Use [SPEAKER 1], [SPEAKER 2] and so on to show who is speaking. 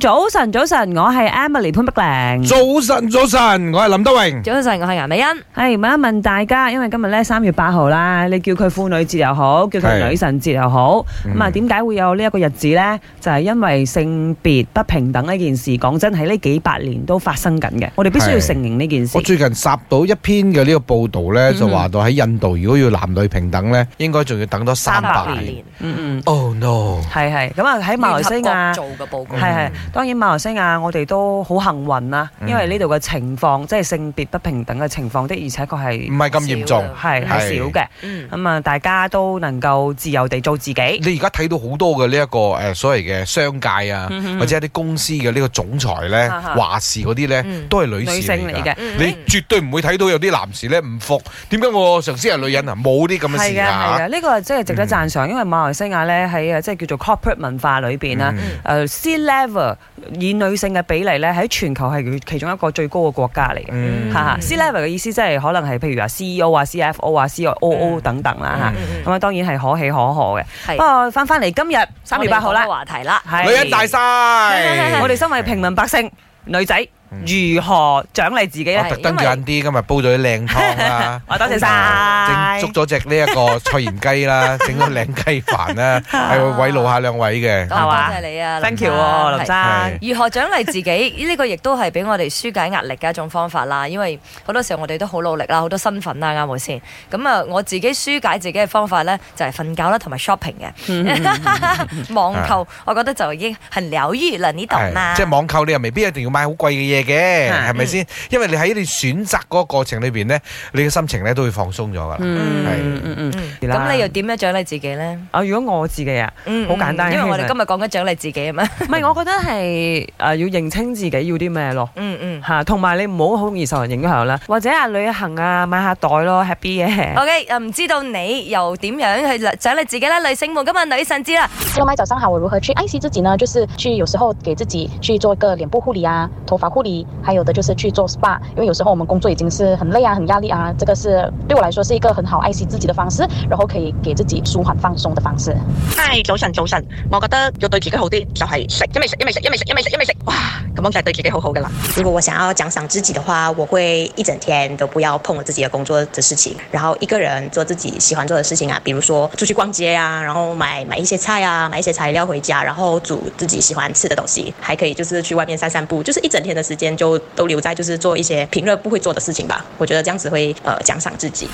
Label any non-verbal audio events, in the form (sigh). [SPEAKER 1] 早晨，早晨，我係 Emily 潘碧玲。
[SPEAKER 2] 早晨，早晨，我係林德榮。
[SPEAKER 3] 早晨，我係顏美欣。
[SPEAKER 1] 係問一問大家，因為今日咧三月八號啦，你叫佢婦女節又好，叫佢
[SPEAKER 2] 係
[SPEAKER 1] 女神節又好，咁啊
[SPEAKER 2] 嗯
[SPEAKER 1] 點解會有呢一個日子呢？就係因為性別不平等呢件事，講真喺呢幾百年都發生緊嘅，我哋必須要
[SPEAKER 2] 係
[SPEAKER 1] 承認呢件事
[SPEAKER 2] 我。最近霎到一篇嘅呢個報道呢，
[SPEAKER 1] 嗯
[SPEAKER 2] 就話到喺印度，如果要男女平等呢，應該仲要等多三百年。，
[SPEAKER 1] 嗯嗯，
[SPEAKER 2] Oh no！
[SPEAKER 1] 係係，咁啊喺馬來西亞。
[SPEAKER 3] 做嘅報告
[SPEAKER 1] 係係，當然馬來西亞我哋都好幸運啦，
[SPEAKER 2] 嗯
[SPEAKER 1] 因為呢度嘅情況即係性別不平等嘅情況的，而且確
[SPEAKER 2] 唔
[SPEAKER 1] 係
[SPEAKER 2] 係咁嚴重
[SPEAKER 3] 少。啊
[SPEAKER 1] 係係
[SPEAKER 2] 係
[SPEAKER 1] 少嘅。
[SPEAKER 3] 嗯，
[SPEAKER 1] 咁啊，大家都能夠自由地做自己。
[SPEAKER 2] 你而家睇到好多嘅呢一個誒所謂嘅商界啊
[SPEAKER 1] 嗯哼，
[SPEAKER 2] 或者一啲公司嘅呢個總裁呢，
[SPEAKER 1] 啊哈
[SPEAKER 2] 話事嗰啲呢，
[SPEAKER 3] 嗯
[SPEAKER 2] 都係女
[SPEAKER 1] 女
[SPEAKER 2] 士
[SPEAKER 1] 性
[SPEAKER 2] 嚟
[SPEAKER 1] 嚟
[SPEAKER 2] 㗎
[SPEAKER 1] 嘅。
[SPEAKER 3] 嗯
[SPEAKER 2] 你絕對唔會睇到有啲男士呢唔服，點解我上司係女人啊？冇啲咁嘅
[SPEAKER 1] 係
[SPEAKER 2] 事
[SPEAKER 1] 嘅，係嘅，
[SPEAKER 2] 啊！
[SPEAKER 1] 呢個真係值得讚賞，因為馬來西亞咧喺啊，即係叫做 corporate 文化裏邊啦，
[SPEAKER 2] 嗯
[SPEAKER 1] 誒 C level 以女性嘅比例咧喺全球係其中一個最高嘅國家嚟嘅。
[SPEAKER 2] 嗯
[SPEAKER 1] 嚇嚇 C level 嘅意思即係可能係譬如話 CEO 啊、CFO 啊、COO
[SPEAKER 3] 嗯
[SPEAKER 1] 等等啦
[SPEAKER 3] 嗯嗯
[SPEAKER 1] 嚇，咁啊當然係可喜可賀嘅。
[SPEAKER 3] 係
[SPEAKER 1] 不過翻翻嚟今日三月八號啦，
[SPEAKER 3] 話題啦，
[SPEAKER 1] 係
[SPEAKER 2] 女人大
[SPEAKER 1] (laughs)
[SPEAKER 2] 晒，
[SPEAKER 1] 我哋身為平民百姓女仔，
[SPEAKER 2] 嗯
[SPEAKER 1] 如何獎勵自己咧。
[SPEAKER 2] 我
[SPEAKER 3] 係？
[SPEAKER 2] 哦特登要晏啲，今日煲咗啲靚湯啦
[SPEAKER 1] (laughs) 我多謝
[SPEAKER 2] 啊
[SPEAKER 1] 晒。
[SPEAKER 2] 整捉咗只呢一
[SPEAKER 1] (laughs)
[SPEAKER 2] 個菜鹽雞啦，整咗靚雞飯啦，
[SPEAKER 1] 哦
[SPEAKER 2] 係會慰勞下兩位嘅
[SPEAKER 3] 多。
[SPEAKER 1] 係嘛
[SPEAKER 3] 謝你啊
[SPEAKER 1] thank
[SPEAKER 3] 林
[SPEAKER 1] you ờ, 喎，林
[SPEAKER 3] 係
[SPEAKER 1] 生。
[SPEAKER 3] 如何獎勵自己？ (laughs) 呢個亦都係俾我哋舒解壓力嘅一種方法啦。因為好多時候我哋都好努力啦，好多身份啦，啱冇先。咁啊，我自己舒解自己嘅方法咧，就係瞓覺啦，同埋 shopping
[SPEAKER 1] 嗯
[SPEAKER 3] 嘅 (laughs) 網購。我覺得就已經很療愈啦，呢度啦。
[SPEAKER 2] 係即係網購，你又未必一定要買好貴嘅嘢嘅，
[SPEAKER 1] 啊嗯
[SPEAKER 2] 係咪先？因為你喺你選擇嗰個過程裏邊咧，你嘅心情咧都會放鬆咗噶啦。
[SPEAKER 1] 嗯
[SPEAKER 2] 係
[SPEAKER 1] 嗯嗯
[SPEAKER 3] 嗯
[SPEAKER 1] 啦
[SPEAKER 3] 咁你又點樣獎勵自己咧？
[SPEAKER 1] 啊，如果我自己啊，
[SPEAKER 3] 嗯
[SPEAKER 1] 好簡單
[SPEAKER 3] 因為
[SPEAKER 1] 其實
[SPEAKER 3] 我哋今日講緊獎勵自己啊嘛。
[SPEAKER 1] 唔係，我覺得係誒要認清自己要啲咩咯。
[SPEAKER 3] 嗯嗯。
[SPEAKER 1] 嚇，同埋你唔好好容易受人影響啦，或者啊旅行啊買下袋咯，happy 嘅。
[SPEAKER 3] OK，啊唔知道你又點樣去獎勵自己啦？女性們今日女神知啦，
[SPEAKER 4] Hello，麦，早上好。我如何去爱惜自己呢？就是去有时候给自己去做一个脸部护理啊、头发护理，还有的就是去做 SPA。因为有时候我们工作已经是很累啊、很压力啊，这个是对我来说是一个很好爱惜自己的方式，然后可以给自己舒缓放松的方式。
[SPEAKER 5] 嗨，早晨早晨，我覺得要對自己好啲，就係食，因為食，因為食，因為食，因為食，因為食，哇，咁樣就係對自己好好噶啦。
[SPEAKER 6] 如果我想要奖赏自己的话，我会一整天都不要碰我自己的工作的事情，然后一个人做自己喜欢做的事情啊，比如说出去逛街啊，然后买买一些菜啊，买一些材料回家，然后煮自己喜欢吃的东西，还可以就是去外面散散步，就是一整天的时间就都留在就是做一些平日不会做的事情吧。我觉得这样子会呃奖赏自己。